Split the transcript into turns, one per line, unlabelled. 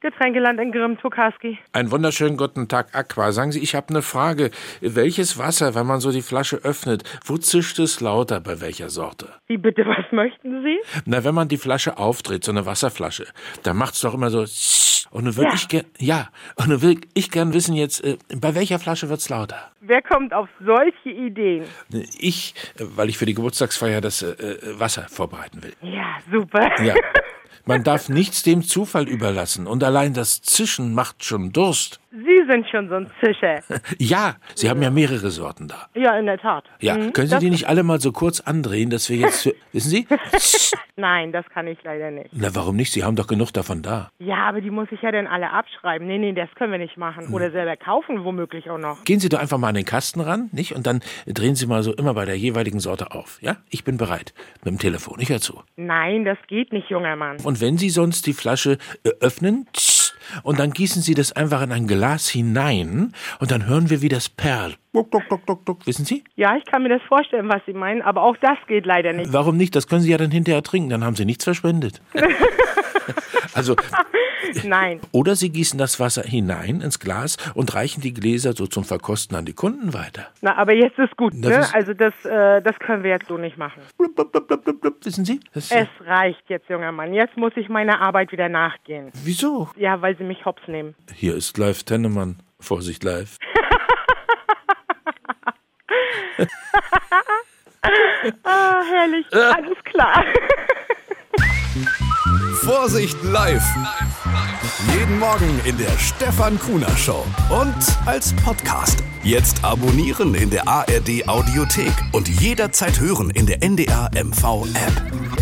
Getränkeland in Grimm, Tokarski.
Einen wunderschönen guten Tag, Aqua. Sagen Sie, ich habe eine Frage. Welches Wasser, wenn man so die Flasche öffnet, wo zischt es lauter, bei welcher Sorte?
Wie bitte, was möchten Sie?
Na, wenn man die Flasche aufdreht, so eine Wasserflasche, dann macht's doch immer so Zsch. und dann würde
Ja.
ich gern, ja, und dann will ich gern wissen jetzt, äh, bei welcher Flasche wird's lauter?
Wer kommt auf solche Ideen?
Ich, äh, weil ich für die Geburtstagsfeier das äh, äh, Wasser vorbereiten will.
Ja, super.
Ja. Man darf nichts dem Zufall überlassen und allein das Zischen macht schon Durst.
Sie sind schon so ein Zischer.
Ja, Sie haben ja mehrere Sorten da.
Ja, in der Tat.
Ja,
Mhm,
können Sie
das-
die nicht alle mal so kurz andrehen, dass wir jetzt, wissen Sie?
Nein, das kann ich leider nicht.
Na, warum nicht? Sie haben doch genug davon da.
Ja, aber die muss ich ja dann alle abschreiben. Nee, nee, das können wir nicht machen.
Hm.
Oder selber kaufen, womöglich auch noch.
Gehen Sie doch einfach mal an den Kasten ran, nicht? Und dann drehen Sie mal so immer bei der jeweiligen Sorte auf. Ja, ich bin bereit. Mit dem Telefon, ich hör zu.
Nein, das geht nicht, junger Mann.
Und wenn Sie sonst die Flasche äh, öffnen, tsch, und dann gießen Sie das einfach in ein Glas hinein, und dann hören wir, wie das perlt. Duck, duck, duck, duck, duck. Wissen Sie?
Ja, ich kann mir das vorstellen, was Sie meinen, aber auch das geht leider nicht.
Warum nicht? Das können Sie ja dann hinterher trinken, dann haben Sie nichts verschwendet. also,
Nein.
Oder Sie gießen das Wasser hinein ins Glas und reichen die Gläser so zum Verkosten an die Kunden weiter.
Na, aber jetzt ist gut,
Das
ne?
ist-
also das, äh, das können wir jetzt so nicht machen.
Blub, blub, blub, blub, blub, blub. Wissen Sie? Das,
Es reicht jetzt, junger Mann. Jetzt muss ich meiner Arbeit wieder nachgehen.
Wieso?
Ja, weil sie mich hops nehmen.
Hier ist live Tennemann. Vorsicht live.
Ah, herrlich. Alles klar.
Vorsicht live. Jeden Morgen in der Stefan Kuhner Show und als Podcast. Jetzt abonnieren in der ARD Audiothek und jederzeit hören in der NDR MV App.